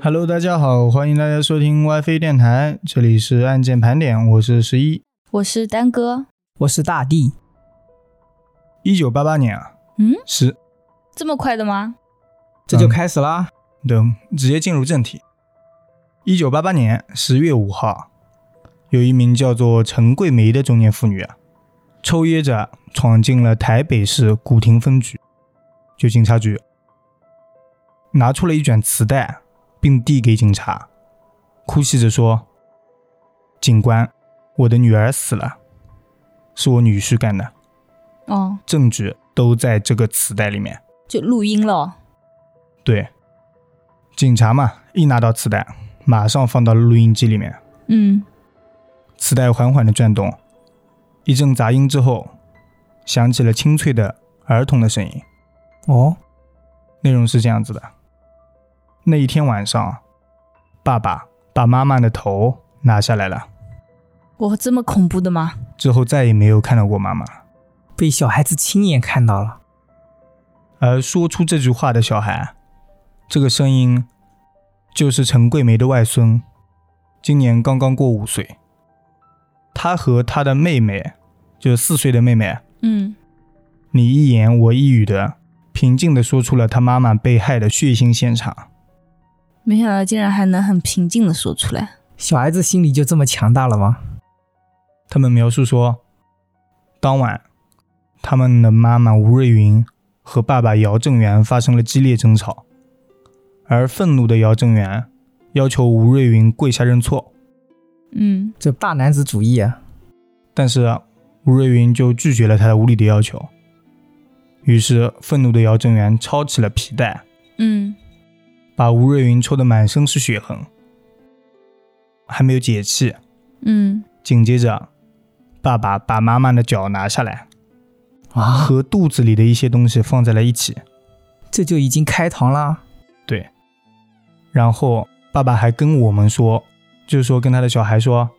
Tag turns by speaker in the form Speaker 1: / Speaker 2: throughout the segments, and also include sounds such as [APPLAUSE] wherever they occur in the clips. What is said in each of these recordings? Speaker 1: Hello，大家好，欢迎大家收听 WiFi 电台，这里是案件盘点，我是十一。
Speaker 2: 我是丹哥，
Speaker 3: 我是大地，
Speaker 1: 一九八八年啊，
Speaker 2: 嗯，
Speaker 1: 是
Speaker 2: 这么快的吗？
Speaker 3: 这就开始啦。
Speaker 1: 对，直接进入正题。一九八八年十月五号，有一名叫做陈桂梅的中年妇女啊，抽噎着闯进了台北市古亭分局，就警察局，拿出了一卷磁带，并递给警察，哭泣着说：“警官，我的女儿死了，是我女婿干的，
Speaker 2: 哦，
Speaker 1: 证据都在这个磁带里面。”
Speaker 2: 就录音了。
Speaker 1: 对，警察嘛，一拿到磁带，马上放到录音机里面。
Speaker 2: 嗯，
Speaker 1: 磁带缓缓地转动，一阵杂音之后，响起了清脆的儿童的声音。
Speaker 3: 哦，
Speaker 1: 内容是这样子的：那一天晚上，爸爸把妈妈的头拿下来了，
Speaker 2: 哇，这么恐怖的吗？
Speaker 1: 之后再也没有看到过妈妈。
Speaker 3: 被小孩子亲眼看到了，
Speaker 1: 而呃说出这句话的小孩，这个声音就是陈桂梅的外孙，今年刚刚过五岁。他和他的妹妹，就是四岁的妹妹，
Speaker 2: 嗯，
Speaker 1: 你一言我一语的，平静的说出了他妈妈被害的血腥现场。
Speaker 2: 没想到竟然还能很平静的说出来。
Speaker 3: 小孩子心里就这么强大了吗？
Speaker 1: 他们描述说，当晚他们的妈妈吴瑞云和爸爸姚正元发生了激烈争吵，而愤怒的姚正元要求吴瑞云跪下认错。
Speaker 2: 嗯，
Speaker 3: 这大男子主义啊！
Speaker 1: 但是啊吴瑞云就拒绝了他的无理的要求。于是，愤怒的姚正元抄起了皮带，
Speaker 2: 嗯，
Speaker 1: 把吴瑞云抽得满身是血痕，还没有解气。
Speaker 2: 嗯，
Speaker 1: 紧接着，爸爸把妈妈的脚拿下来，
Speaker 3: 啊，
Speaker 1: 和肚子里的一些东西放在了一起。
Speaker 3: 这就已经开膛了。
Speaker 1: 对，然后爸爸还跟我们说，就是说跟他的小孩说，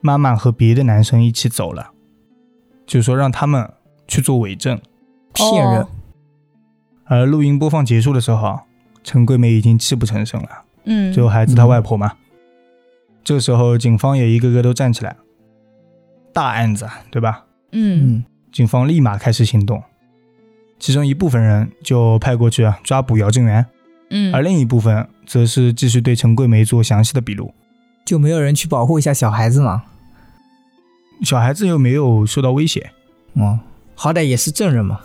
Speaker 1: 妈妈和别的男生一起走了，就是说让他们去做伪证。
Speaker 3: 骗人
Speaker 2: 哦
Speaker 1: 而录音播放结束的时候，陈桂梅已经泣不成声了，
Speaker 2: 嗯，
Speaker 1: 最后孩子他外婆嘛。这时候警方也一个个都站起来，大案子啊，对吧？
Speaker 2: 嗯
Speaker 3: 嗯，
Speaker 1: 警方立马开始行动，其中一部分人就派过去啊抓捕姚正元，
Speaker 2: 嗯，
Speaker 1: 而另一部分则是继续对陈桂梅做详细的笔录。
Speaker 3: 就没有人去保护一下小孩子吗？
Speaker 1: 小孩子又没有受到威胁。
Speaker 3: 哦，好歹也是证人嘛。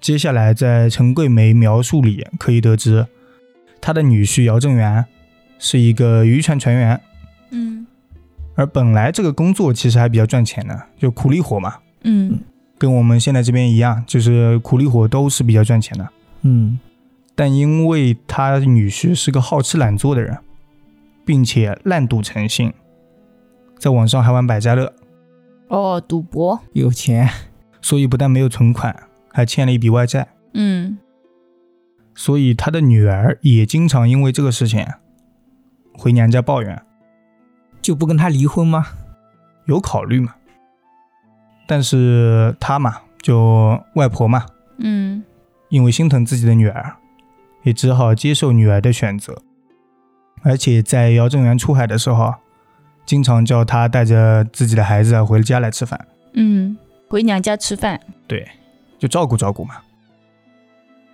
Speaker 1: 接下来，在陈桂梅描述里可以得知，她的女婿姚正元是一个渔船船员，
Speaker 2: 嗯
Speaker 1: 而本来这个工作其实还比较赚钱的，就苦力活嘛，
Speaker 2: 嗯
Speaker 1: 跟我们现在这边一样，就是苦力活都是比较赚钱的。
Speaker 3: 嗯，
Speaker 1: 但因为他女婿是个好吃懒做的人，并且滥赌成性，在网上还玩百家乐，
Speaker 2: 哦，赌博，
Speaker 3: 有钱，
Speaker 1: 所以不但没有存款，还欠了一笔外债。
Speaker 2: 嗯
Speaker 1: 所以他的女儿也经常因为这个事情回娘家抱怨，
Speaker 3: 就不跟他离婚吗？
Speaker 1: 有考虑嘛。但是他嘛，就外婆嘛，
Speaker 2: 嗯
Speaker 1: 因为心疼自己的女儿，也只好接受女儿的选择。而且在姚正元出海的时候，经常叫他带着自己的孩子回家来吃饭，
Speaker 2: 嗯，回娘家吃饭。
Speaker 1: 就照顾照顾嘛。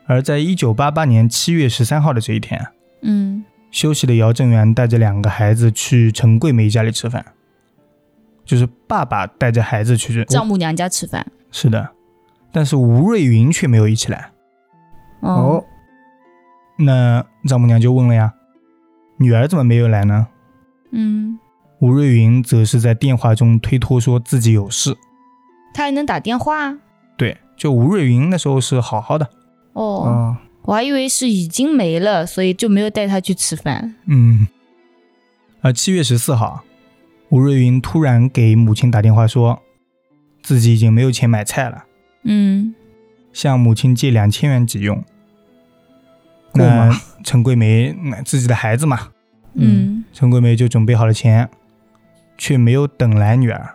Speaker 1: 而在一九八八年七月十三号的这一天，
Speaker 2: 嗯
Speaker 1: 休息的姚正元带着两个孩子去陈桂梅家里吃饭，就是爸爸带着孩子去。哦
Speaker 2: 丈母娘家吃饭。
Speaker 1: 是的，但是吴瑞云却没有一起来。
Speaker 3: 嗯
Speaker 2: 哦，，
Speaker 1: 那丈母娘就问了呀：“女儿怎么没有来呢？”
Speaker 2: 嗯，
Speaker 1: 吴瑞云则是在电话中推脱说自己有事。
Speaker 2: 他还能打电话？
Speaker 1: 对，就吴瑞云那时候是好好的，啊
Speaker 2: 哦，
Speaker 3: 哦，
Speaker 2: 我还以为是已经没了，所以就没有带他去吃饭。
Speaker 1: 嗯。而七月十四号，吴瑞云突然给母亲打电话说，自己已经没有钱买菜了，
Speaker 2: 嗯
Speaker 1: 向母亲借两千元急用。
Speaker 3: 够吗
Speaker 1: 那陈桂梅那自己的孩子嘛，
Speaker 2: 嗯，
Speaker 1: 陈桂梅就准备好了钱，却没有等来女儿。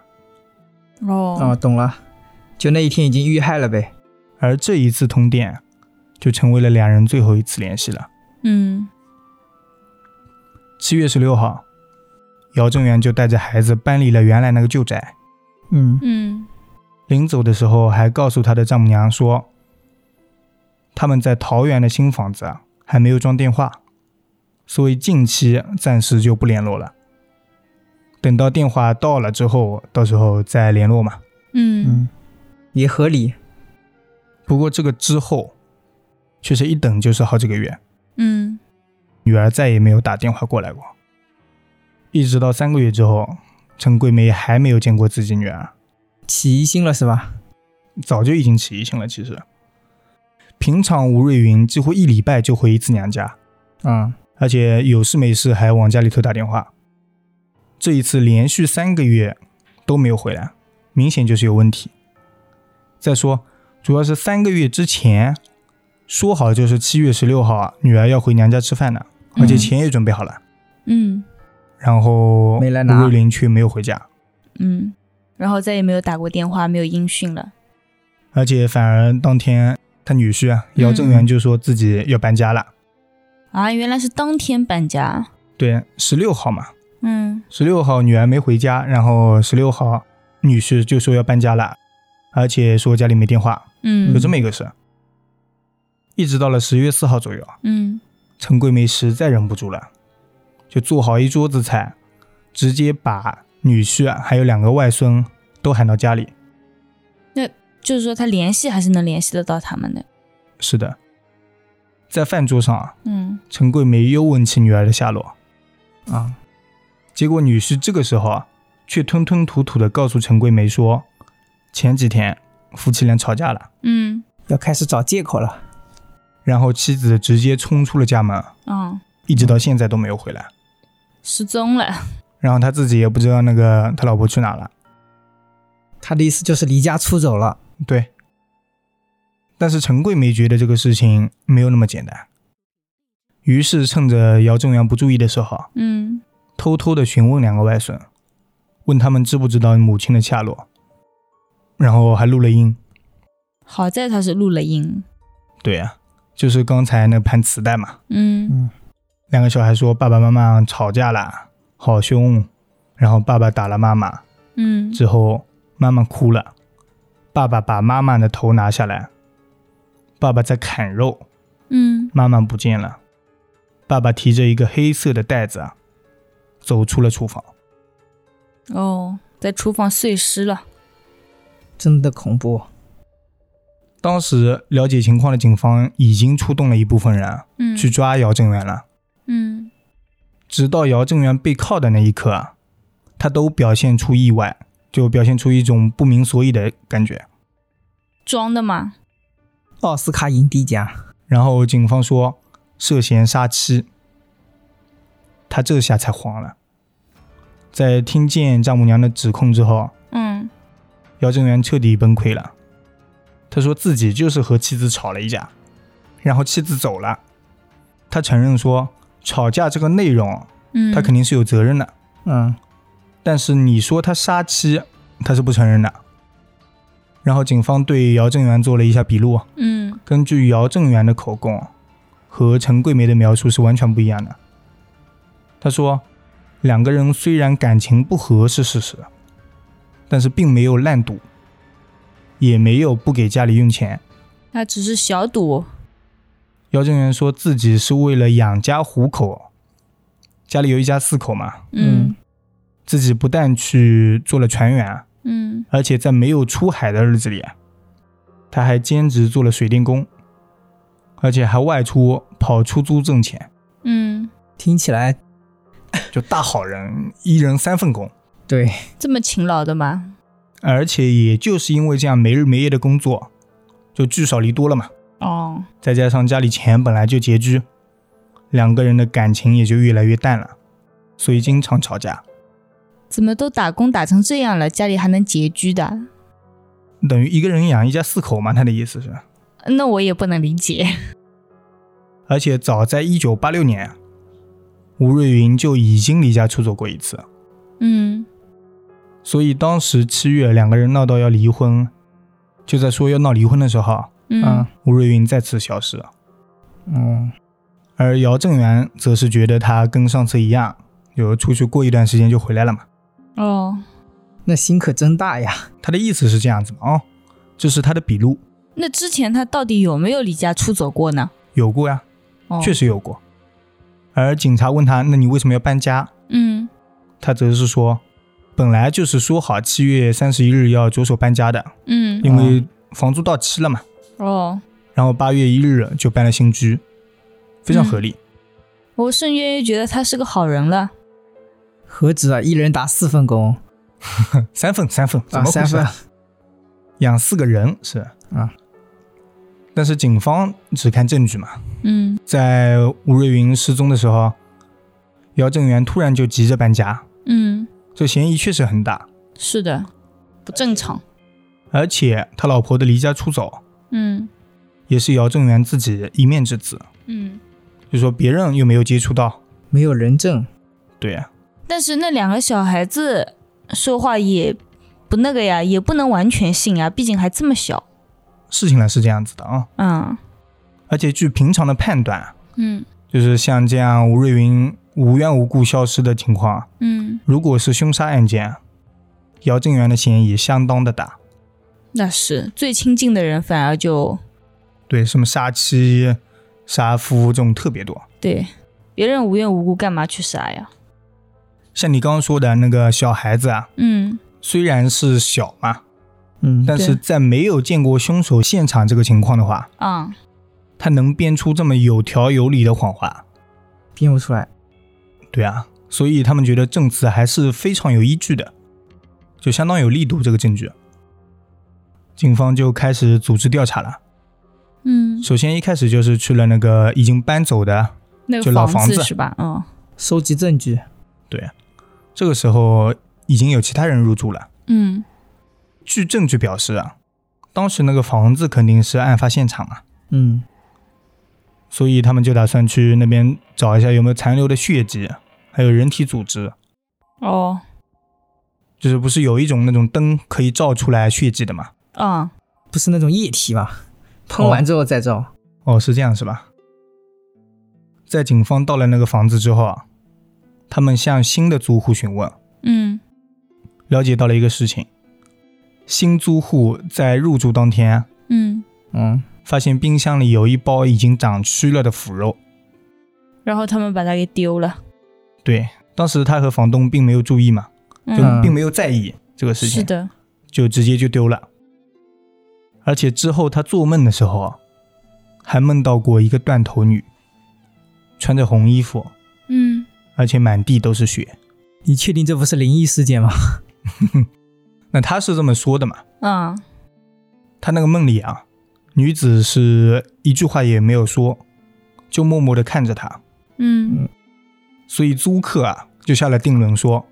Speaker 3: 哦，
Speaker 1: 啊
Speaker 2: 哦，
Speaker 3: 懂了，就那一天已经遇害了呗。
Speaker 1: 而这一次通电，就成为了两人最后一次联系了。
Speaker 2: 嗯
Speaker 1: 七月十六号，姚正元就带着孩子搬离了原来那个旧宅。
Speaker 3: 嗯，
Speaker 2: 嗯
Speaker 1: 临走的时候还告诉他的丈母娘说，他们在桃园的新房子啊还没有装电话，所以近期暂时就不联络了。等到电话到了之后，到时候再联络嘛。
Speaker 2: 嗯
Speaker 3: 嗯，也合理。
Speaker 1: 不过这个之后，却是一等就是好几个月，
Speaker 2: 嗯
Speaker 1: 女儿再也没有打电话过来过。一直到三个月之后，陈桂梅还没有见过自己女儿，
Speaker 3: 起疑心了是吧？
Speaker 1: 早就已经起疑心了。其实，平常吴瑞云几乎一礼拜就回一次娘家，啊
Speaker 3: 嗯，
Speaker 1: 而且有事没事还往家里头打电话。这一次连续三个月都没有回来，明显就是有问题。再说，主要是三个月之前说好就是七月十六号啊，女儿要回娘家吃饭的，
Speaker 3: 嗯
Speaker 1: 而且钱也准备好了，
Speaker 2: 嗯
Speaker 1: 然后
Speaker 3: 没来拿
Speaker 1: 吴瑞林却没有回家，
Speaker 2: 嗯，然后再也没有打过电话，没有音讯了。
Speaker 1: 而且反而当天他女婿啊姚正
Speaker 3: 嗯
Speaker 1: 元就说自己要搬家了。
Speaker 2: 啊，原来是当天搬家。
Speaker 1: 对，十六号嘛，
Speaker 2: 嗯
Speaker 1: 十六号女儿没回家，然后十六号女婿就说要搬家了，而且说家里没电话，
Speaker 2: 嗯
Speaker 1: 有这么一个事。一直到了十月四号左右，
Speaker 2: 嗯
Speaker 1: 陈桂梅实在忍不住了，就做好一桌子菜，直接把女婿啊还有两个外孙都喊到家里。
Speaker 2: 就是说他联系还是能联系得到他们的。
Speaker 1: 是的，在饭桌上啊，
Speaker 2: 嗯
Speaker 1: 陈桂梅又问起女儿的下落，
Speaker 3: 啊，
Speaker 1: 结果女婿这个时候啊，却吞吞吐吐地告诉陈桂梅说，前几天夫妻俩吵架了，
Speaker 2: 嗯
Speaker 3: 要开始找借口了。
Speaker 1: 然后妻子直接冲出了家门，
Speaker 2: 哦，
Speaker 1: 一直到现在都没有回来。
Speaker 2: 失踪了。
Speaker 1: 然后他自己也不知道那个他老婆去哪了。
Speaker 3: 他的意思就是离家出走了。
Speaker 1: 对，但是陈桂梅觉得这个事情没有那么简单，于是趁着姚正元不注意的时候，啊
Speaker 2: 嗯
Speaker 1: 偷偷的询问两个外孙，问他们知不知道母亲的下落，然后还录了音。
Speaker 2: 好在他是录了音。
Speaker 1: 对呀、就是刚才那盘磁带嘛。
Speaker 2: 嗯
Speaker 3: 嗯，
Speaker 1: 两个小孩说爸爸妈妈吵架啦，好凶，然后爸爸打了妈妈，
Speaker 2: 嗯
Speaker 1: 之后妈妈哭了，爸爸把妈妈的头拿下来，爸爸在砍肉，
Speaker 2: 嗯
Speaker 1: 妈妈不见了，爸爸提着一个黑色的袋子啊，走出了厨房。
Speaker 2: 哦，在厨房碎尸了。
Speaker 3: 真的恐怖。
Speaker 1: 当时了解情况的警方已经出动了一部分人啊
Speaker 2: 嗯
Speaker 1: 去抓姚正元了，
Speaker 2: 嗯
Speaker 1: 直到姚正元被铐的那一刻啊，他都表现出意外，就表现出一种不明所以的感觉。
Speaker 2: 装的嘛。
Speaker 3: 奥斯卡影帝奖，
Speaker 1: 然后警方说涉嫌杀妻，他这下才慌了。在听见丈母娘的指控之后，
Speaker 2: 嗯
Speaker 1: 姚正元彻底崩溃了。他说自己就是和妻子吵了一架，然后妻子走了。他承认说吵架这个内容啊
Speaker 2: 嗯，
Speaker 1: 他肯定是有责任的，
Speaker 3: 嗯，
Speaker 1: 但是你说他杀妻，他是不承认的。然后警方对姚正元做了一下笔录，
Speaker 2: 嗯
Speaker 1: 根据姚正元的口供和陈桂梅的描述是完全不一样的。他说，两个人虽然感情不和是事实，但是并没有滥赌，也没有不给家里用钱。
Speaker 2: 他只是小赌。
Speaker 1: 姚正元说自己是为了养家糊口，家里有一家四口嘛，
Speaker 2: 嗯
Speaker 1: 自己不但去做了船员，
Speaker 2: 嗯
Speaker 1: 而且在没有出海的日子里，他还兼职做了水电工，而且还外出跑出租挣钱。
Speaker 2: 嗯，
Speaker 3: 听起来
Speaker 1: 就大好人，一人三份工，
Speaker 3: 对，
Speaker 2: 这么勤劳的嘛。
Speaker 1: 而且也就是因为这样没日没夜的工作，就聚少离多了嘛。
Speaker 2: 哦，
Speaker 1: 再加上家里钱本来就拮据，两个人的感情也就越来越淡了，所以经常吵架，
Speaker 2: 怎么都打工打成这样了，家里还能拮据的？
Speaker 1: 等于一个人养一家四口嘛。他的意思是，
Speaker 2: 那我也不能理解。
Speaker 1: 而且早在一九八六年，吴瑞云就已经离家出走过一次，
Speaker 2: 嗯
Speaker 1: 所以当时七月两个人闹到要离婚，就啊在说要闹离婚的时候，
Speaker 2: 嗯
Speaker 3: 嗯
Speaker 1: 吴瑞云再次消失了。
Speaker 3: 嗯，
Speaker 1: 而姚正元则是觉得他跟上次一样，有出去过一段时间就回来了嘛。
Speaker 2: 哦，
Speaker 3: 那心可真大呀！
Speaker 1: 他的意思是这样子嘛？哦，这是他的笔录，
Speaker 2: 那之前他到底有没有离家出走过呢？
Speaker 1: 有过呀，
Speaker 2: 哦，
Speaker 1: 确，实有过。而警察问他：“那你为什么要搬家
Speaker 2: 嗯，？”
Speaker 1: 他则是说：“本来就是说好七月三十一日要着手搬家的，
Speaker 2: 嗯，
Speaker 1: 因为房租到期了嘛。
Speaker 2: 哦，
Speaker 1: 然后八月一日就搬了新居，非
Speaker 3: 嗯
Speaker 1: 常合理。
Speaker 2: 我甚至觉得他是个好人了。
Speaker 3: 何止啊，一人打四份工
Speaker 1: 三份三份，怎
Speaker 3: 啊，
Speaker 1: 么
Speaker 3: 三
Speaker 1: 回事？
Speaker 3: 份
Speaker 1: 养四个人是
Speaker 3: 啊。
Speaker 1: 但是警方只看证据嘛，
Speaker 2: 嗯
Speaker 1: 在吴瑞云失踪的时候，姚正元突然就急着搬家，
Speaker 2: 嗯，
Speaker 1: 这嫌疑确实很大。
Speaker 2: 是的，不正常。
Speaker 1: 而且他老婆的离家出走
Speaker 2: 嗯
Speaker 1: 也是姚正元自己一面之词，
Speaker 2: 嗯，
Speaker 1: 就说别人又没有接触到。
Speaker 3: 没有人证，
Speaker 1: 对啊呀、
Speaker 2: 但是那两个小孩子说话也不那个呀，也不能完全信呀，毕竟还这么小。
Speaker 1: 事情呢是这样子的啊，
Speaker 2: 嗯
Speaker 1: 而且据平常的判断啊，
Speaker 2: 嗯
Speaker 1: 就是像这样吴瑞云无缘无故消失的情况啊，
Speaker 2: 嗯，
Speaker 1: 如果是凶杀案件啊，姚正元的嫌疑相当的大。
Speaker 2: 那是最亲近的人反而就
Speaker 1: 对，什么杀妻、杀夫这种特别多。
Speaker 2: 对别人无缘无故干嘛去杀呀？
Speaker 1: 像你刚刚说的那个小孩子啊，
Speaker 2: 嗯
Speaker 1: 虽然是小嘛，
Speaker 3: 嗯，
Speaker 1: 但是
Speaker 2: 对
Speaker 1: 在没有见过凶手现场这个情况的话，
Speaker 2: 啊、
Speaker 1: 他能编出这么有条有理的谎话，
Speaker 3: 编不出来。
Speaker 1: 对啊，所以他们觉得证词还是非常有依据的，就相当有力度这个证据。警方就开始组织调查了。
Speaker 2: 嗯，
Speaker 1: 首先一开始就是去了那个已经搬走的，
Speaker 2: 那
Speaker 1: 就
Speaker 2: 个
Speaker 1: 老房
Speaker 2: 子
Speaker 1: 子
Speaker 2: 是吧？嗯
Speaker 3: 收集证据，
Speaker 1: 这个时候已经有其他人入住了。
Speaker 2: 嗯
Speaker 1: 据证据表示啊，当时那个房子肯定是案发现场嘛，啊
Speaker 3: 嗯，
Speaker 1: 所以他们就打算去那边找一下有没有残留的血迹，还有人体组织。
Speaker 2: 哦
Speaker 1: 就是不是有一种那种灯可以照出来血迹的嘛？
Speaker 2: 啊、
Speaker 3: 不是那种液体吧？喷完之后再照。
Speaker 1: 哦，是这样是吧？在警方到了那个房子之后啊，他们向新的租户询问，
Speaker 2: 嗯
Speaker 1: 了解到了一个事情：新租户在入住当天啊
Speaker 2: 嗯，
Speaker 3: 嗯，
Speaker 1: 发现冰箱里有一包已经长蛆了的腐肉。
Speaker 2: 然后他们把它给丢了。
Speaker 1: 对，当时他和房东并没有注意嘛，就
Speaker 2: 嗯，
Speaker 1: 并没有在意这个事
Speaker 2: 是
Speaker 1: 情，
Speaker 2: 的，
Speaker 1: 就直接就丢了。而且之后他做梦的时候啊，还梦到过一个断头女，穿着红衣服，
Speaker 2: 嗯
Speaker 1: 而且满地都是血。
Speaker 3: 你确定这不是灵异事件
Speaker 1: [LAUGHS]
Speaker 3: 吗？
Speaker 1: 那他是这么说的嘛？
Speaker 2: 啊
Speaker 1: 他那个梦里啊，女子是一句话也没有说，就默默地看着他。
Speaker 2: 嗯，
Speaker 1: 所以租客啊就下了定论说，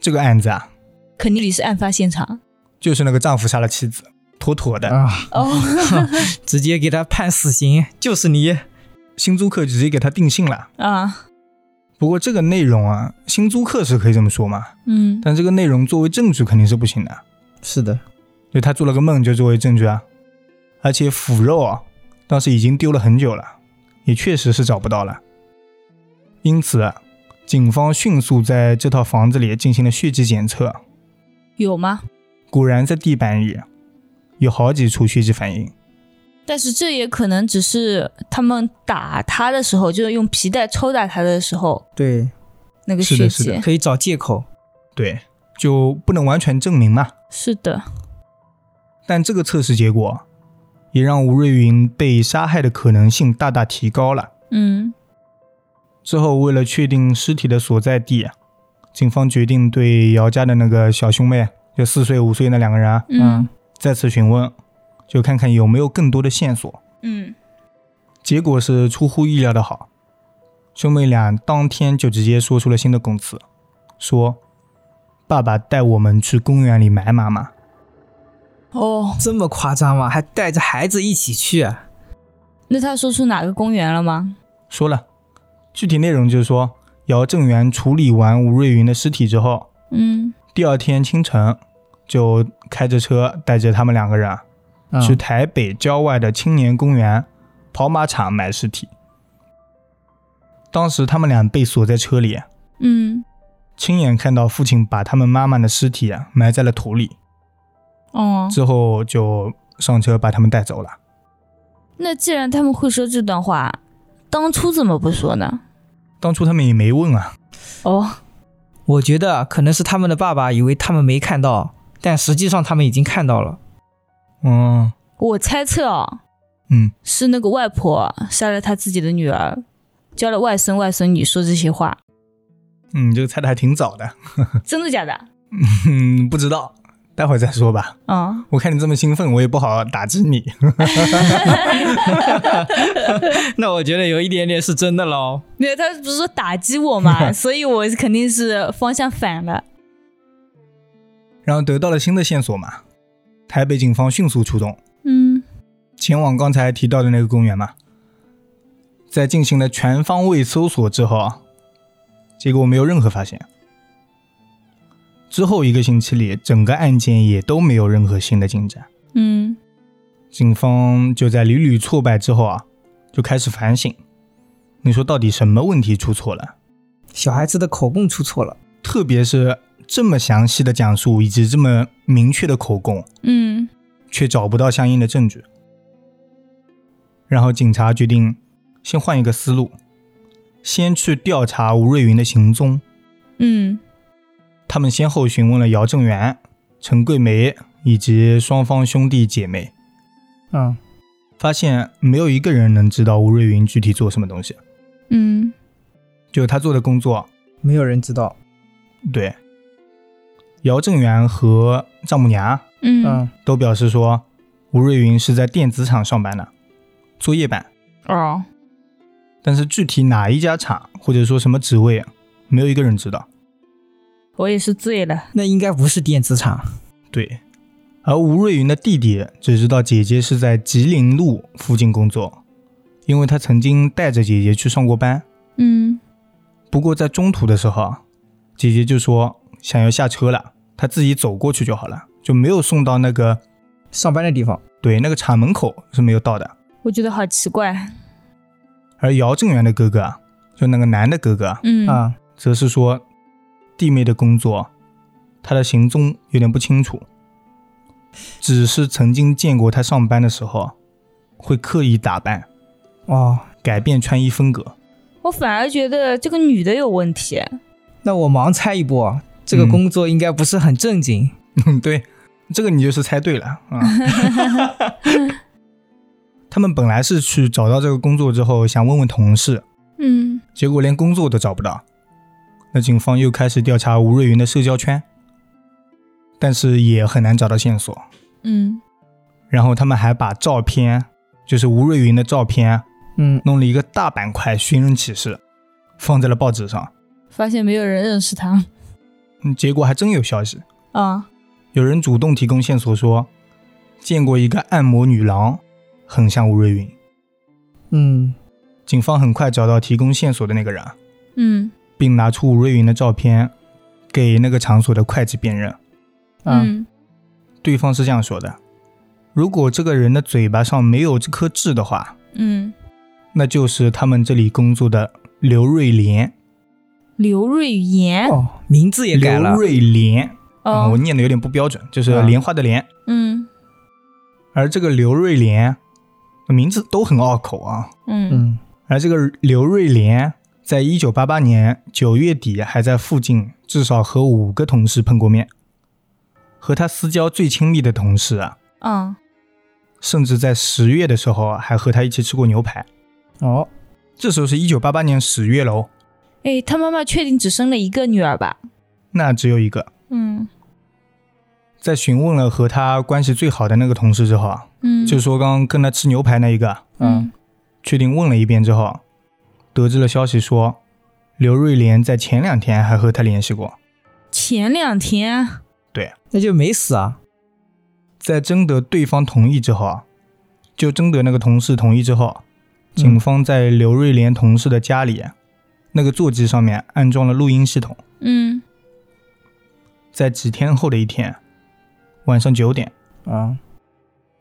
Speaker 1: 这个案子啊
Speaker 2: 肯定里是案发现场。
Speaker 1: 就是那个丈夫杀了妻子，妥妥的。
Speaker 3: 啊，
Speaker 2: 哦，
Speaker 3: 直接给他判死刑，就是你。
Speaker 1: 新租客直接给他定性了。
Speaker 2: [LAUGHS] 啊，
Speaker 1: 不过这个内容啊，新租客是可以这么说嘛，
Speaker 2: 嗯
Speaker 1: 但这个内容作为证据肯定是不行的。
Speaker 3: 是的，
Speaker 1: 就他做了个梦就作为证据啊，而且腐肉啊，当时已经丢了很久了，也确实是找不到了。因此啊，警方迅速在这套房子里进行了血迹检测，
Speaker 2: 有吗？
Speaker 1: 果然在地板里有好几处血迹反应。
Speaker 2: 但是这也可能只是他们打他的时候，就是用皮带抽打他的时候
Speaker 3: 对，
Speaker 2: 那个
Speaker 1: 是
Speaker 2: 血
Speaker 1: 的
Speaker 2: 迹。
Speaker 1: 是的
Speaker 3: 可以找借口。
Speaker 1: 对，就不能完全证明嘛。
Speaker 2: 是的，
Speaker 1: 但这个测试结果也让吴瑞云被杀害的可能性大大提高了。
Speaker 2: 嗯
Speaker 1: 之后，为了确定尸体的所在地，啊警方决定对姚家的那个小兄妹，就四岁五岁那两个人啊，
Speaker 2: 嗯
Speaker 1: 再次询问，就看看有没有更多的线索。
Speaker 2: 嗯，
Speaker 1: 结果是出乎意料的好，兄妹俩当天就直接说出了新的供词，说爸爸带我们去公园里埋妈妈。
Speaker 2: 哦，
Speaker 3: 这么夸张吗？还带着孩子一起去？啊
Speaker 2: 那他说出哪个公园了吗？
Speaker 1: 说了，具体内容就是说，姚正元处理完吴瑞云的尸体之后，
Speaker 2: 嗯
Speaker 1: 第二天清晨就开着车带着他们两个人啊
Speaker 3: 嗯
Speaker 1: 去台北郊外的青年公园跑马场买尸体。当时他们俩被锁在车里，
Speaker 2: 嗯，
Speaker 1: 亲眼看到父亲把他们妈妈的尸体啊埋在了土里，
Speaker 2: 哦，
Speaker 1: 之后就上车把他们带走了。
Speaker 2: 那既然他们会说这段话，当初怎么不说呢？
Speaker 1: 当初他们也没问啊，
Speaker 2: 哦，
Speaker 3: 嗯我觉得啊可能是他们的爸爸以为他们没看到，但实际上他们已经看到了。
Speaker 1: 嗯
Speaker 2: 我猜测啊，
Speaker 1: 嗯，
Speaker 2: 是那个外婆杀了她自己的女儿，教了外孙外孙女说这些话，
Speaker 1: 嗯，这个猜的还挺早的， [LAUGHS]
Speaker 2: 真的假的？
Speaker 1: 嗯，不知道，待会儿再说吧。
Speaker 2: 啊、
Speaker 1: 我看你这么兴奋，我也不好打击你。 [LAUGHS]
Speaker 3: [LAUGHS] 那我觉得有一点点是真的喽。
Speaker 2: 没有，他不是说打击我嘛，所以我肯定是方向反了。
Speaker 1: 然后得到了新的线索嘛，台北警方迅速出动，
Speaker 2: 嗯
Speaker 1: 前往刚才提到的那个公园嘛。在进行了全方位搜索之后啊，结果没有任何发现。之后一个星期里，整个案件也都没有任何新的进展。
Speaker 2: 嗯
Speaker 1: 警方就在屡屡挫败之后啊，就开始反省。你说到底什么问题出错了？
Speaker 3: 小孩子的口供出错了，
Speaker 1: 特别是这么详细的讲述以及这么明确的口供，
Speaker 2: 嗯
Speaker 1: 却找不到相应的证据。然后警察决定先换一个思路，先去调查吴瑞云的行踪。
Speaker 2: 嗯
Speaker 1: 他们先后询问了姚正元、陈桂梅以及双方兄弟姐妹，
Speaker 3: 嗯，
Speaker 1: 发现没有一个人能知道吴瑞云具体做什么东西，
Speaker 2: 嗯
Speaker 1: 就他做的工作。
Speaker 3: 没有人知道，
Speaker 1: 对，姚正元和丈母娘
Speaker 2: 嗯
Speaker 3: 嗯，
Speaker 1: 都表示说，吴瑞云是在电子厂上班的，做夜班。
Speaker 2: 哦，
Speaker 1: 但是具体哪一家厂或者说什么职位啊，没有一个人知道。
Speaker 2: 我也是醉了。
Speaker 3: 那应该不是电子厂，
Speaker 1: 对，而吴瑞云的弟弟只知道姐姐是在吉林路附近工作，因为他曾经带着姐姐去上过班。
Speaker 2: 嗯
Speaker 1: 不过在中途的时候啊，姐姐就说想要下车了，她自己走过去就好了，就没有送到那个
Speaker 3: 上班的地方。
Speaker 1: 对那个厂门口是没有到的。
Speaker 2: 我觉得好奇怪。
Speaker 1: 而姚正元的哥哥啊，就那个男的哥哥啊，
Speaker 2: 嗯
Speaker 3: 啊，
Speaker 1: 则是说弟妹的工作，她的行踪有点不清楚，只是曾经见过她上班的时候会刻意打扮，
Speaker 3: 哦，
Speaker 1: 改变穿衣风格。 [LAUGHS]
Speaker 2: 我反而觉得这个女的有问题。
Speaker 3: 那我盲猜一波，啊这个
Speaker 1: 嗯
Speaker 3: 工作应该不是很正经。
Speaker 1: 对，这个你就是猜对了啊。 [LAUGHS] 他们本来是去找到这个工作之后，想问问同事，
Speaker 2: 嗯
Speaker 1: 结果连工作都找不到。那警方又开始调查吴瑞云的社交圈，但是也很难找到线索。
Speaker 2: 嗯
Speaker 1: 然后他们还把照片，就是吴瑞云的照片，
Speaker 3: 嗯，
Speaker 1: 弄了一个大板块寻人启事，放在了报纸上。
Speaker 2: 发现没有人认识她
Speaker 1: 嗯，结果还真有消息，
Speaker 2: 啊。
Speaker 1: 有人主动提供线索说，见过一个按摩女郎，很像吴瑞云。
Speaker 3: 嗯，
Speaker 1: 警方很快找到提供线索的那个人，
Speaker 2: 嗯
Speaker 1: 并拿出吴瑞云的照片给那个场所的会计辨认。
Speaker 3: 啊，
Speaker 2: 嗯
Speaker 1: 对方是这样说的：如果这个人的嘴巴上没有这颗痣的话，
Speaker 2: 嗯，
Speaker 1: 那就是他们这里工作的刘瑞莲。
Speaker 2: 刘瑞妍
Speaker 3: 哦，名字也改
Speaker 1: 刘
Speaker 3: 了。
Speaker 1: 瑞莲啊、我
Speaker 2: 哦，啊
Speaker 1: 念的有点不标准，就是
Speaker 3: 嗯
Speaker 1: 莲花的莲。
Speaker 2: 嗯
Speaker 1: 而这个刘瑞莲名字都很拗口啊。
Speaker 2: 嗯
Speaker 3: 嗯，
Speaker 1: 而这个刘瑞莲，在一九八八年九月底还在附近至少和五个同事碰过面，和他私交最亲密的同事啊，
Speaker 2: 啊
Speaker 1: 甚至在十月的时候啊还和他一起吃过牛排。
Speaker 3: 哦，
Speaker 1: 这时候是一九八八年十月喽，
Speaker 2: 哎，她妈妈确定只生了一个女儿吧？
Speaker 1: 那只有一个。
Speaker 2: 嗯
Speaker 1: 在询问了和他关系最好的那个同事之后啊，
Speaker 2: 嗯，
Speaker 1: 就说刚刚跟他吃牛排那一个啊，
Speaker 2: 嗯
Speaker 1: 确定问了一遍之后，得知了消息说，刘瑞莲在前两天还和他联系过。
Speaker 2: 前两天
Speaker 3: 那就没死啊。
Speaker 1: 在征得对方同意之后啊，就征得那个同事同意之后，
Speaker 3: 嗯
Speaker 1: 警方在刘瑞莲同事的家里那个座机上面安装了录音系统。
Speaker 2: 嗯
Speaker 1: 在几天后的一天晚上九点，
Speaker 3: 啊，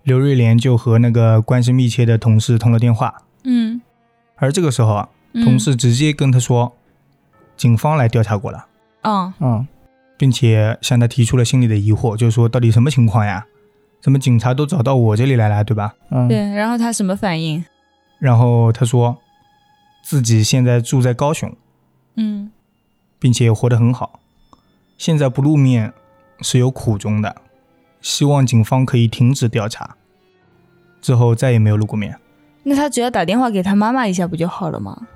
Speaker 1: 刘瑞莲就和那个关系密切的同事通了电话，
Speaker 2: 嗯
Speaker 1: 而这个时候啊，
Speaker 2: 嗯
Speaker 1: 同事直接跟他说，警方来调查过了，
Speaker 2: 嗯
Speaker 3: 嗯
Speaker 1: 并且向他提出了心里的疑惑，就是说到底什么情况呀？怎么警察都找到我这里来了，对吧？
Speaker 3: 嗯，
Speaker 2: 对，然后他什么反应？
Speaker 1: 然后他说，自己现在住在高雄，
Speaker 2: 嗯
Speaker 1: 并且活得很好，现在不露面是有苦衷的，希望警方可以停止调查。之后再也没有露过面，
Speaker 2: 那他只要打电话给他妈妈一下不就好了吗？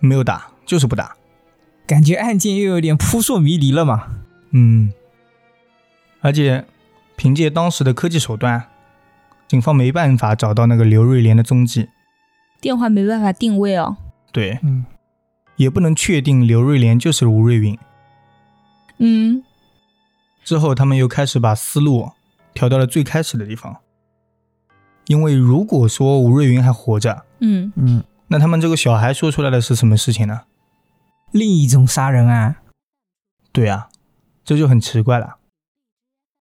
Speaker 1: 没有打，就是不打。
Speaker 3: 感觉案件又有点扑朔迷离了嘛。
Speaker 1: 嗯，而且凭借当时的科技手段，警方没办法找到那个刘瑞莲的踪迹，
Speaker 2: 电话没办法定位哦。
Speaker 1: 对，
Speaker 3: 嗯，
Speaker 1: 也不能确定刘瑞莲就是吴瑞云。
Speaker 2: 嗯
Speaker 1: 之后，他们又开始把思路调到了最开始的地方，因为如果说吴瑞云还活着，
Speaker 2: 嗯，
Speaker 3: 嗯，
Speaker 1: 那他们这个小孩说出来的是什么事情呢？
Speaker 3: 另一种杀人啊案。
Speaker 1: 对啊，这就很奇怪了。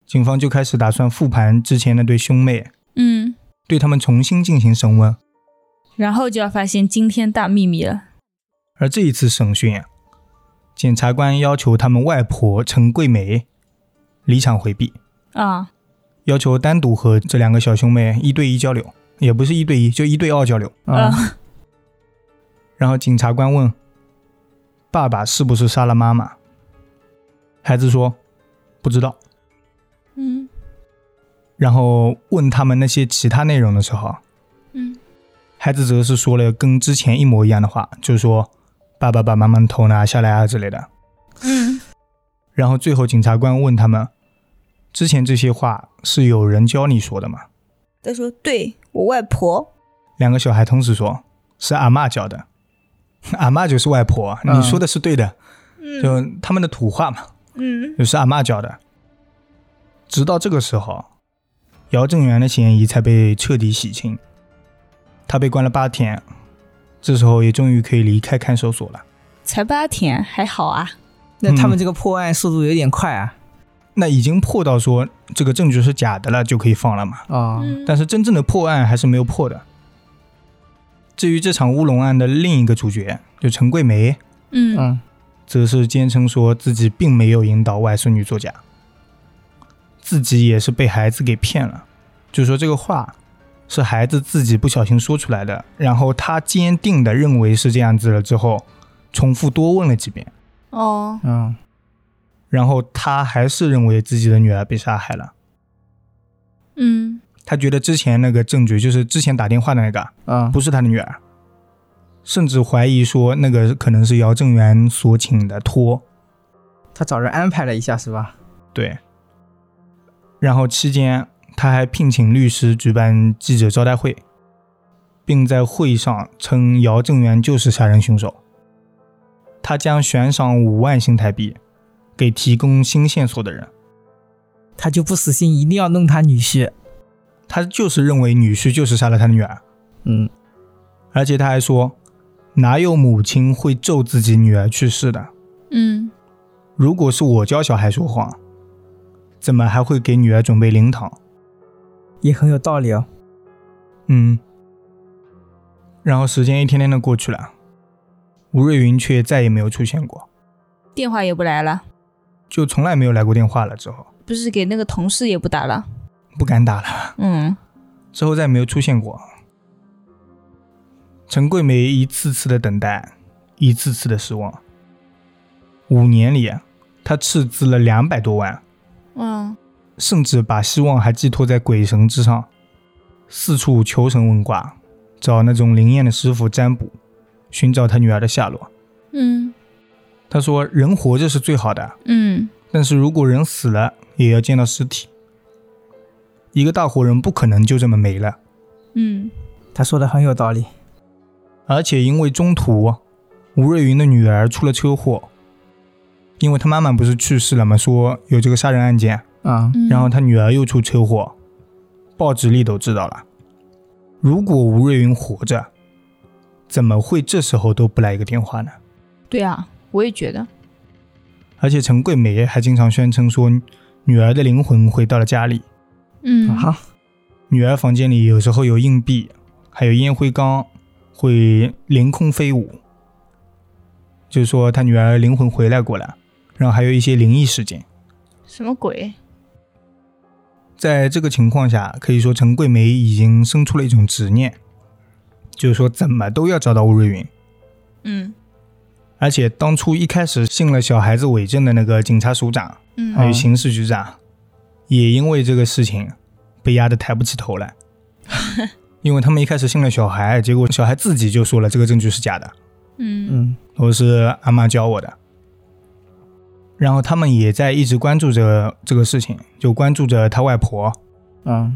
Speaker 1: 警方就开始打算复盘之前那对兄妹，
Speaker 2: 嗯，
Speaker 1: 对他们重新进行审问。
Speaker 2: 然后就要发现惊天大秘密了。
Speaker 1: 而这一次审讯，啊检察官要求他们外婆陈桂梅离场回避，
Speaker 2: 啊，
Speaker 1: 要求单独和这两个小兄妹一对一交流，也不是一对一，就一对二交流。
Speaker 3: 嗯
Speaker 2: 啊
Speaker 1: 然后检察官问：“爸爸是不是杀了妈妈？”孩子说：“不知道。
Speaker 2: 嗯”
Speaker 1: 然后问他们那些其他内容的时候，
Speaker 2: 嗯
Speaker 1: 孩子则是说了跟之前一模一样的话，就是说爸爸把妈妈的头拿下来啊之类的。
Speaker 2: 嗯
Speaker 1: 然后最后检察官问他们：“之前这些话是有人教你说的吗
Speaker 2: 他说对我外婆，？”
Speaker 1: 两个小孩同时说：“是阿嬷教的。” [LAUGHS] 阿嬷就是外婆，啊
Speaker 3: 嗯
Speaker 1: 你说的是对的，
Speaker 2: 嗯
Speaker 1: 就他们的土话嘛，
Speaker 2: 嗯
Speaker 1: 就是阿嬷教的。直到这个时候，姚正元的嫌疑才被彻底洗清，他被关了八天，这时候也终于可以离开看守所了。
Speaker 2: 才八天，还好啊。
Speaker 3: 那他们这个破案速度有点快啊。
Speaker 1: 那已经破到说这个证据是假的了，就可以放了嘛。
Speaker 3: 啊，
Speaker 2: 嗯
Speaker 1: 但是真正的破案还是没有破的。至于这场乌龙案的另一个主角，就陈桂梅，
Speaker 2: 嗯
Speaker 3: 嗯
Speaker 1: 则是坚称说自己并没有引导外孙女作假，自己也是被孩子给骗了。就说这个话是孩子自己不小心说出来的，然后他坚定的认为是这样子了之后，重复多问了几遍，
Speaker 2: 哦
Speaker 3: 嗯，
Speaker 1: 然后他还是认为自己的女儿被杀害了。
Speaker 2: 嗯
Speaker 1: 他觉得之前那个证据，就是之前打电话的那个，
Speaker 3: 嗯，
Speaker 1: 不是他的女儿，甚至怀疑说那个可能是姚正元所请的托。
Speaker 3: 他找人安排了一下是吧？
Speaker 1: 对，然后期间他还聘请律师举办记者招待会，并在会议上称姚正元就是杀人凶手。他将悬赏五万新台币给提供新线索的人，
Speaker 3: 他就不死心，一定要弄他女婿。
Speaker 1: 他就是认为女婿就是杀了他的女儿，
Speaker 3: 嗯，
Speaker 1: 而且他还说，哪有母亲会咒自己女儿去世的？
Speaker 2: 嗯
Speaker 1: 如果是我教小孩说谎，怎么还会给女儿准备灵堂？
Speaker 3: 也很有道理哦。
Speaker 1: 嗯。然后时间一天天的过去了，吴瑞云却再也没有出现过，
Speaker 2: 电话也不来了，
Speaker 1: 就从来没有来过电话了。之后
Speaker 2: 不是给那个同事也不打了。
Speaker 1: 不敢打了， [LAUGHS]
Speaker 2: 嗯
Speaker 1: 之后再也没有出现过。陈桂梅一次次的等待，一次次的失望。五年里，她斥资了两百多万，
Speaker 2: 嗯
Speaker 1: 甚至把希望还寄托在鬼神之上，四处求神问卦，找那种灵验的师傅占卜，寻找他女儿的下落。
Speaker 2: 嗯
Speaker 1: 他说：“人活着是最好的，
Speaker 2: 嗯
Speaker 1: 但是如果人死了，也要见到尸体。一个大活人不可能就这么没了，
Speaker 2: 嗯
Speaker 3: 他说的很有道理。
Speaker 1: 而且因为中途，吴瑞云的女儿出了车祸，因为她妈妈不是去世了吗？说有这个杀人案件，
Speaker 3: 嗯
Speaker 2: 嗯，
Speaker 1: 然后他女儿又出车祸，报纸里都知道了。如果吴瑞云活着，怎么会这时候都不来一个电话呢？
Speaker 2: 对啊，我也觉得。
Speaker 1: 而且陈桂梅还经常宣称说，女儿的灵魂回到了家里，
Speaker 2: 嗯
Speaker 3: 啊，
Speaker 1: 女儿房间里有时候有硬币，还有烟灰缸会凌空飞舞，就是说他女儿灵魂回来过了，然后还有一些灵异事件。
Speaker 2: 什么鬼？
Speaker 1: 在这个情况下，可以说陈桂梅已经生出了一种执念，就是说怎么都要找到吴瑞云。
Speaker 2: 嗯
Speaker 1: 而且当初一开始信了小孩子伪证的那个警察署长，
Speaker 2: 嗯
Speaker 1: 还有刑事局长，也因为这个事情被压得抬不起头来，因为他们一开始信了小孩，结果小孩自己就说了这个证据是假的，
Speaker 2: 嗯
Speaker 3: 嗯
Speaker 1: 我是阿妈教我的。然后他们也在一直关注着这个事情，就关注着他外婆，
Speaker 3: 嗯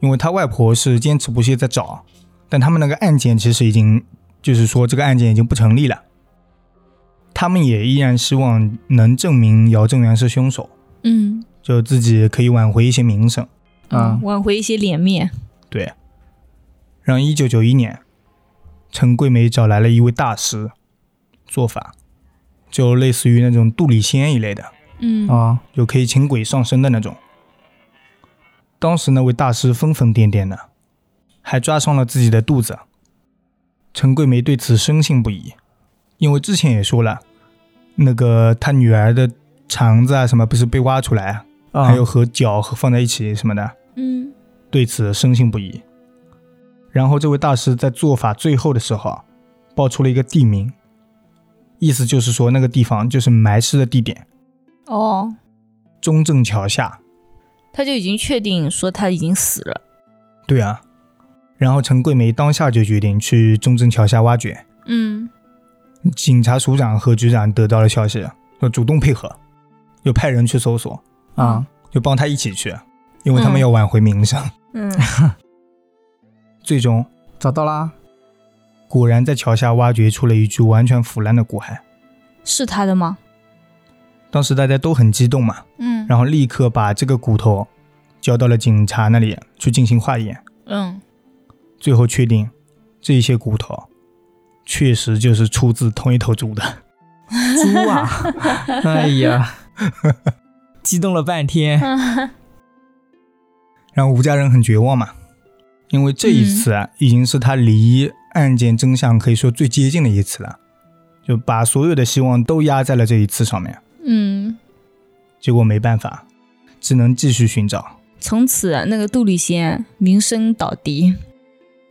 Speaker 1: 因为他外婆是坚持不懈在找，但他们那个案件其实已经，就是说这个案件已经不成立了。他们也依然希望能证明姚正元是凶手，
Speaker 2: 嗯
Speaker 1: 就自己可以挽回一些名声。
Speaker 3: 啊
Speaker 2: 挽回一些脸面。
Speaker 1: 对，然后一九九一年，陈桂梅找来了一位大师做法，就类似于那种杜里仙一类的，
Speaker 2: 嗯
Speaker 3: 啊
Speaker 1: 就可以请鬼上身的那种。当时那位大师疯疯癫癫的，还抓伤了自己的肚子。陈桂梅对此深信不疑，因为之前也说了，那个她女儿的肠子啊什么不是被挖出来，
Speaker 3: 啊！
Speaker 1: 还有和脚和放在一起什么的，
Speaker 2: 嗯
Speaker 1: 对此深信不疑。然后这位大师在做法最后的时候啊，报出了一个地名，意思就是说那个地方就是埋尸的地点
Speaker 2: 哦，
Speaker 1: ——中正桥下。
Speaker 2: 他就已经确定说他已经死了。
Speaker 1: 对啊，然后陈桂梅当下就决定去中正桥下挖掘。
Speaker 2: 嗯
Speaker 1: 警察署长和局长得到了消息，就主动配合，就派人去搜索，
Speaker 3: 啊
Speaker 1: 就帮他一起去，因为他们要挽回名声。
Speaker 2: 嗯
Speaker 1: 最终，
Speaker 3: 找到啦，
Speaker 1: 果然在桥下挖掘出了一具完全腐烂的骨骸。
Speaker 2: [LAUGHS] 是他的吗？
Speaker 1: 当时大家都很激动嘛，
Speaker 2: 嗯
Speaker 1: 然后立刻把这个骨头交到了警察那里去进行化验，
Speaker 2: 嗯
Speaker 1: 最后确定这些骨头确实就是出自同一头猪的。
Speaker 3: 猪
Speaker 2: [LAUGHS]
Speaker 3: 啊！哎呀，激动了半天，
Speaker 2: 嗯
Speaker 1: 然后吴家人很绝望嘛，因为这一次啊，已经是他离案件真相可以说最接近的一次了，就把所有的希望都压在了这一次上面。
Speaker 2: [LAUGHS] 嗯，
Speaker 1: 结果没办法，只能继续寻找。
Speaker 2: 从此啊那个杜丽仙名声倒地，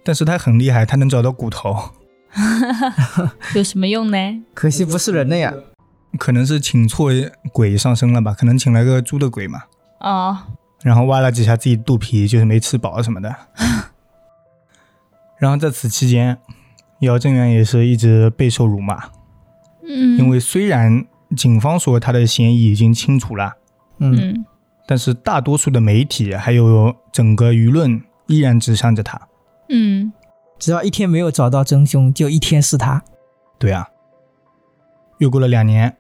Speaker 1: 但是他很厉害，他能找到骨头，
Speaker 2: 有什么用呢？
Speaker 3: 可惜不是人的啊呀。
Speaker 1: 可能是请错鬼上身了吧？可能请了个猪的鬼嘛。
Speaker 2: 哦，
Speaker 1: 然后挖了几下自己肚皮，就是没吃饱什么的。 [LAUGHS] 然后在此期间，姚正元也是一直备受辱骂，
Speaker 2: 嗯，
Speaker 1: 因为虽然警方说他的嫌疑已经清楚了，
Speaker 3: 嗯
Speaker 2: 嗯
Speaker 1: 但是大多数的媒体还有整个舆论依然指向着他。
Speaker 2: 嗯
Speaker 3: 只要一天没有找到真凶，就一天是他。
Speaker 1: 对啊，又过了两年，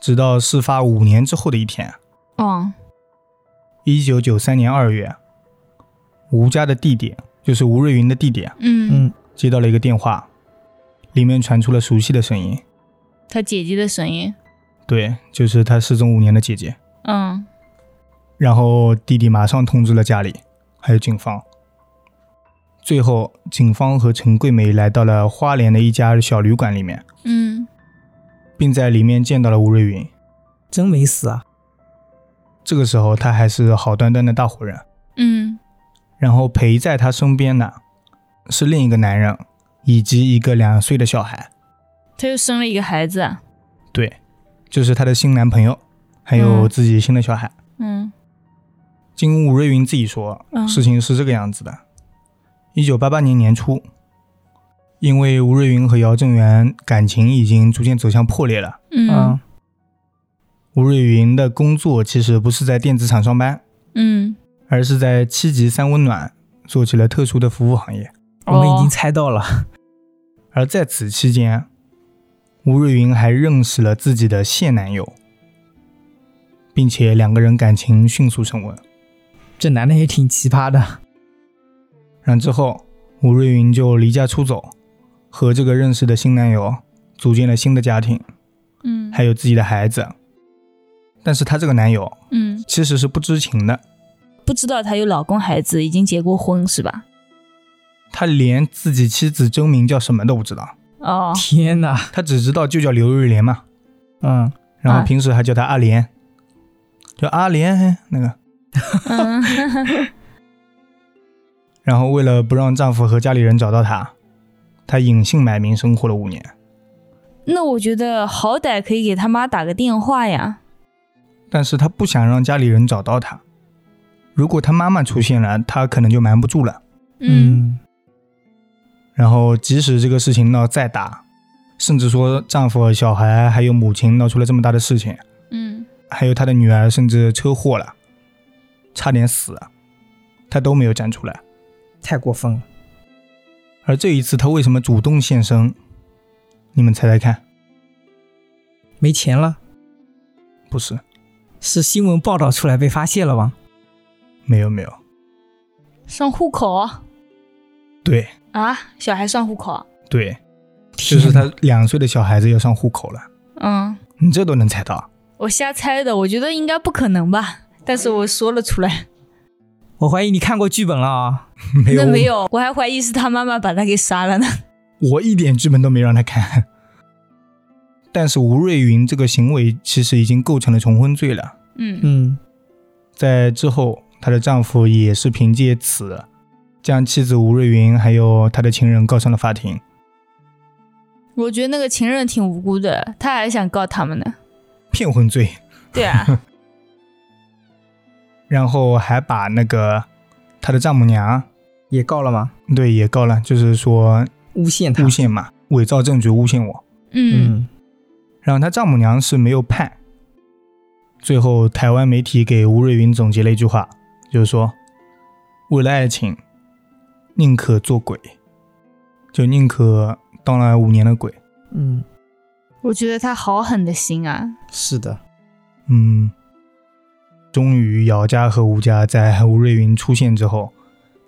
Speaker 1: 直到事发五年之后的一天，
Speaker 2: 哦，
Speaker 1: 一九九三年二月，吴家的弟弟，就是吴瑞云的弟弟，
Speaker 2: 嗯，
Speaker 3: 嗯
Speaker 1: 接到了一个电话，里面传出了熟悉的声音，
Speaker 2: 他姐姐的声音，
Speaker 1: 对，就是他失踪五年的姐姐。
Speaker 2: 嗯
Speaker 1: 然后弟弟马上通知了家里，还有警方。最后，警方和陈桂梅来到了花莲的一家小旅馆里面，
Speaker 2: 嗯
Speaker 1: 并在里面见到了吴瑞云。
Speaker 3: 真没死啊！
Speaker 1: 这个时候，他还是好端端的大活人。
Speaker 2: 嗯
Speaker 1: 然后陪在他身边的是另一个男人，以及一个两岁的小孩。
Speaker 2: 他又生了一个孩子啊，
Speaker 1: 对，就是他的新男朋友，还有
Speaker 2: 嗯
Speaker 1: 自己新的小孩。
Speaker 2: 嗯
Speaker 1: 经吴瑞云自己说，
Speaker 2: 嗯
Speaker 1: 事情是这个样子的：一九八八年年初，因为吴瑞云和姚正元感情已经逐渐走向破裂了，
Speaker 2: 嗯
Speaker 3: 啊
Speaker 1: 吴瑞云的工作其实不是在电子厂上班，
Speaker 2: 嗯，
Speaker 1: 而是在七级三温暖做起了特殊的服务行业。
Speaker 3: 我们已经
Speaker 2: 哦
Speaker 3: 猜到了。 [LAUGHS]
Speaker 1: 而在此期间，吴瑞云还认识了自己的现男友，并且两个人感情迅速升温。
Speaker 3: 这男的也挺奇葩的。
Speaker 1: 然之后，吴瑞云就离家出走，和这个认识的新男友组建了新的家庭，
Speaker 2: 嗯
Speaker 1: 还有自己的孩子。但是她这个男友
Speaker 2: 嗯，
Speaker 1: 其实是不知情的，
Speaker 2: 不知道他有老公孩子，已经结过婚是吧？
Speaker 1: 他连自己妻子真名叫什么都不知道。
Speaker 2: 哦，
Speaker 3: 天哪，
Speaker 1: 他只知道就叫刘瑞莲嘛，
Speaker 3: 嗯，
Speaker 1: 然后
Speaker 2: 啊
Speaker 1: 平时还叫他阿莲，就阿莲嘿那个。
Speaker 2: 嗯 [LAUGHS]
Speaker 1: 然后为了不让丈夫和家里人找到她，她隐姓埋名生活了五年。
Speaker 2: 那我觉得好歹可以给他妈打个电话呀。
Speaker 1: 但是她不想让家里人找到她。如果她妈妈出现了，她可能就瞒不住了。
Speaker 2: 嗯，
Speaker 1: 然后，即使这个事情闹再大，甚至说丈夫、小孩还有母亲闹出了这么大的事情，
Speaker 2: 嗯
Speaker 1: 还有她的女儿甚至车祸了，差点死了，她都没有站出来。
Speaker 3: 太过分了，
Speaker 1: 而这一次，她为什么主动现身？你们猜猜看？
Speaker 3: 没钱了，
Speaker 1: 不是，
Speaker 3: 是新闻报道出来被发现了吗？
Speaker 1: 没有，没有。
Speaker 2: 上户口啊
Speaker 1: 对，
Speaker 2: 啊，小孩上户口啊。
Speaker 1: 对，就是
Speaker 3: 天哪
Speaker 1: 她两岁的小孩子要上户口了，
Speaker 2: 嗯，
Speaker 1: 你这都能猜到？ [LAUGHS]
Speaker 2: 我瞎猜的，我觉得应该不可能吧，但是我说了出来。
Speaker 3: 我怀疑你看过剧本了啊！
Speaker 1: 没有，
Speaker 2: 那没有，我还怀疑是他妈妈把他给杀了呢。
Speaker 1: 我一点剧本都没让他看。 [LAUGHS] 但是吴瑞云这个行为其实已经构成了重婚罪了。
Speaker 2: 嗯
Speaker 3: 嗯，
Speaker 1: 在之后，她的丈夫也是凭借此将妻子吴瑞云还有她的情人告上了法庭。
Speaker 2: 我觉得那个情人挺无辜的，他还想告他们呢。
Speaker 1: 骗婚罪，
Speaker 2: 对 [LAUGHS] 啊，
Speaker 1: 然后还把那个她的丈母娘
Speaker 3: 也告了吗？
Speaker 1: 对也告了，就是说
Speaker 3: 诬陷他
Speaker 1: 诬。陷嘛，伪造证据诬陷我。
Speaker 2: 嗯，
Speaker 3: 嗯，
Speaker 1: 然后她丈母娘是没有判。最后，台湾媒体给吴瑞云总结了一句话，就是说：“为了爱情，宁可做鬼，就宁可当了五年的鬼。
Speaker 3: 嗯，
Speaker 2: 我觉得他好狠的心啊。
Speaker 3: 是的，”
Speaker 1: 嗯，终于姚家和吴家在吴瑞云出现之后，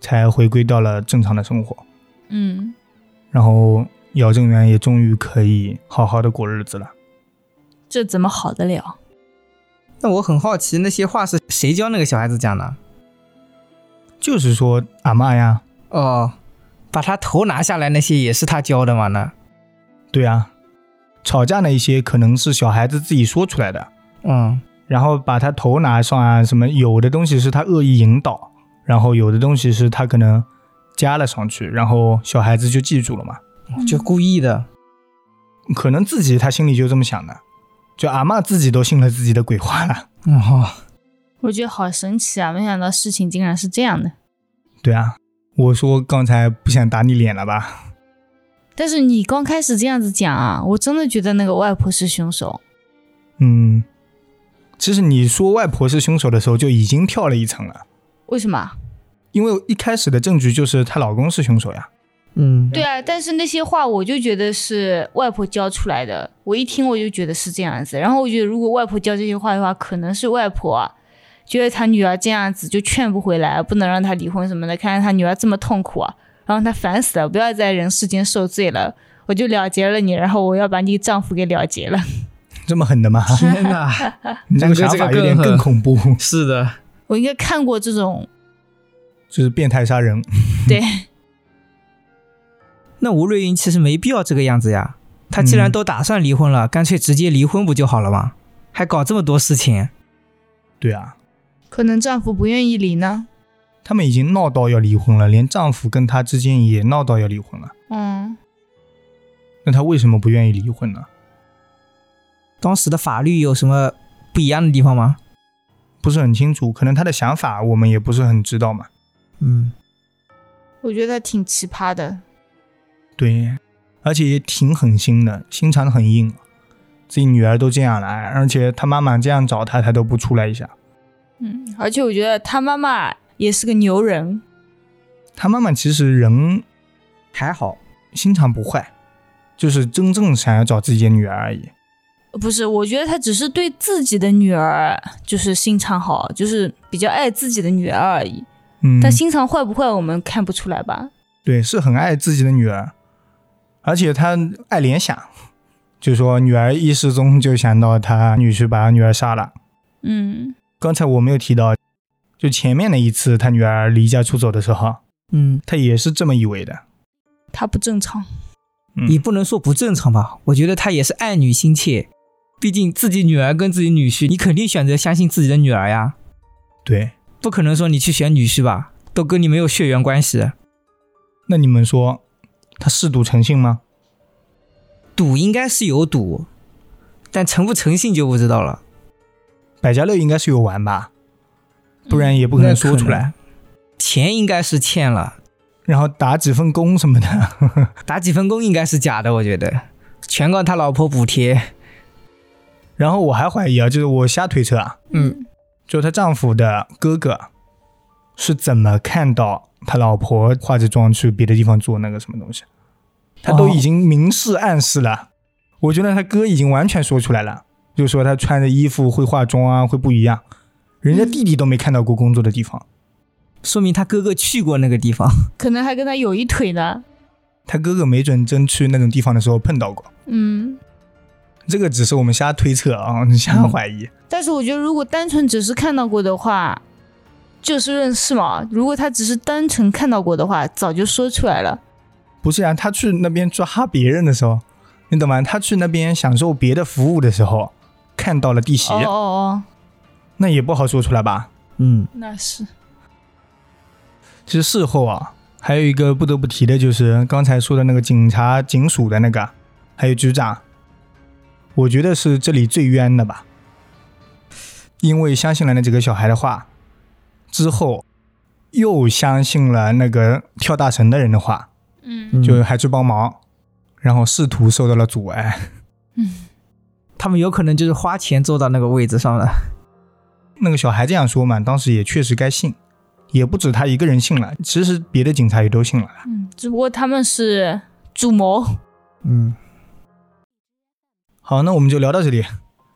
Speaker 1: 才回归到了正常的生活。
Speaker 2: 嗯，
Speaker 1: 然后姚正元也终于可以好好的过日子了。
Speaker 2: 这怎么好得了？
Speaker 3: 那我很好奇，那些话是谁教那个小孩子讲的？
Speaker 1: 就是说，阿嬷呀，
Speaker 3: 哦，把他头拿下来那些也是他教的吗？那，
Speaker 1: 对啊，吵架那一些可能是小孩子自己说出来的，
Speaker 3: 嗯，
Speaker 1: 然后把他头拿上啊，什么有的东西是他恶意引导，然后有的东西是他可能加了上去，然后小孩子就记住了嘛，
Speaker 2: 哦嗯
Speaker 3: 就故意的。
Speaker 1: 可能自己他心里就这么想的，就阿嬷自己都信了自己的鬼话了。
Speaker 3: 哦，
Speaker 2: 我觉得好神奇啊！没想到事情竟然是这样的。
Speaker 1: 对啊，我说刚才不想打你脸了吧？
Speaker 2: 但是你刚开始这样子讲啊，我真的觉得那个外婆是凶手。
Speaker 1: 嗯，其实你说外婆是凶手的时候就已经跳了一层了，
Speaker 2: 为什么？
Speaker 1: 因为一开始的证据就是她老公是凶手呀。
Speaker 3: 嗯，
Speaker 2: 对啊，但是那些话我就觉得是外婆教出来的，我一听我就觉得是这样子。然后我觉得如果外婆教这些话的话，可能是外婆啊觉得她女儿这样子就劝不回来，不能让她离婚什么的，看见她女儿这么痛苦啊，然后她烦死了，不要在人世间受罪了，我就了结了你，然后我要把你丈夫给了结了。
Speaker 1: [LAUGHS] 这么狠的吗？
Speaker 3: 天哪，
Speaker 1: 你这个
Speaker 3: 我觉得
Speaker 1: 想
Speaker 3: 这个
Speaker 1: 法有点
Speaker 3: 更
Speaker 1: 更
Speaker 3: 狠
Speaker 1: 恐怖， [LAUGHS]
Speaker 3: 是的，
Speaker 2: 我应该看过这种，
Speaker 1: 就是变态杀人。
Speaker 2: 对， [LAUGHS]
Speaker 3: 那吴瑞云其实没必要这个样子呀。他既然
Speaker 1: 嗯
Speaker 3: 都打算离婚了，干脆直接离婚不就好了吗？还搞这么多事情，
Speaker 1: 对啊，
Speaker 2: 可能丈夫不愿意离呢。
Speaker 1: 他们已经闹到要离婚了，连丈夫跟她之间也闹到要离婚了。
Speaker 2: 嗯，
Speaker 1: 那她为什么不愿意离婚呢？
Speaker 3: 当时的法律有什么不一样的地方吗？
Speaker 1: 不是很清楚，可能她的想法我们也不是很知道嘛。
Speaker 3: 嗯，
Speaker 2: 我觉得挺奇葩的。
Speaker 1: 对，而且也挺狠心的，心肠很硬。啊自己女儿都这样了，而且她妈妈这样找她，她都不出来一下。
Speaker 2: 嗯，而且我觉得他妈妈也是个牛人。
Speaker 1: 她妈妈其实人
Speaker 3: 还好，
Speaker 1: 心肠不坏，就是真正想要找自己的女儿而已。
Speaker 2: 不是，我觉得他只是对自己的女儿就是心肠好，就是比较爱自己的女儿而已。
Speaker 1: 嗯，
Speaker 2: 但心肠坏不坏，我们看不出来吧？
Speaker 1: 对，是很爱自己的女儿，而且他爱联想，就说女儿一失踪就想到他女婿把他女儿杀了。
Speaker 2: 嗯
Speaker 1: 刚才我没有提到，就前面那一次他女儿离家出走的时候，
Speaker 3: 嗯，
Speaker 1: 他也是这么以为的。
Speaker 2: 他不正常。
Speaker 1: 嗯
Speaker 3: 也不能说不正常吧。我觉得他也是爱女心切，毕竟自己女儿跟自己女婿，你肯定选择相信自己的女儿呀，
Speaker 1: 对，
Speaker 3: 不可能说你去选女婿吧，都跟你没有血缘关系。
Speaker 1: 那你们说他嗜赌成性吗？
Speaker 3: 赌应该是有赌，但诚不诚信就不知道了，
Speaker 1: 百家乐应该是有玩吧，不然也不
Speaker 3: 不
Speaker 1: 可能说出来。。
Speaker 3: 钱应该是欠了，
Speaker 1: 然后打几份工什么的，
Speaker 3: 打几份工应该是假的，我觉得，全靠他老婆补贴。
Speaker 1: 然后我还怀疑啊，就是我瞎推测啊，
Speaker 3: 嗯，
Speaker 1: 就她丈夫的哥哥是怎么看到他老婆化着妆去别的地方做那个什么东西，他都已经明示暗示了。我觉得他哥已经完全说出来了，就说他穿的衣服会化妆啊，会不一样。人家弟弟都没看到过工作的地方，
Speaker 3: 说明他哥哥去过那个地方。
Speaker 2: 可能还跟他有一腿呢。
Speaker 1: 他哥哥没准真去那种地方的时候碰到过。
Speaker 2: 嗯，
Speaker 1: 这个只是我们瞎推测啊，瞎怀疑。
Speaker 2: 但是我觉得如果单纯只是看到过的话，就事论事嘛。如果他只是单纯看到过的话，早就说出来了。
Speaker 1: 不是啊，他去那边抓别人的时候，你懂吗？他去那边享受别的服务的时候，看到了弟媳，
Speaker 2: 哦哦哦，
Speaker 1: 那也不好说出来吧。
Speaker 3: 嗯，
Speaker 2: 那是
Speaker 1: 其实事后啊，还有一个不得不提的就是刚才说的那个警察警署的那个，还有局长，我觉得是这里最冤的吧，因为相信了那几个小孩的话，之后又相信了那个跳大神的人的话，
Speaker 2: 嗯
Speaker 3: 嗯
Speaker 1: 就还去帮忙，然后仕途受到了阻碍。
Speaker 2: 嗯，
Speaker 3: 他们有可能就是花钱坐到那个位置上了。
Speaker 1: 那个小孩这样说嘛，当时也确实该信，也不止他一个人信了，其实别的警察也都信了。
Speaker 2: 嗯，只不过他们是主谋。
Speaker 3: 嗯，
Speaker 1: 好，那我们就聊到这里，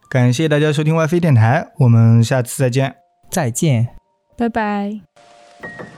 Speaker 1: 感谢大家收听 WiFi 电台，我们下次再见。
Speaker 3: 再见。
Speaker 2: 拜拜。
Speaker 4: Thank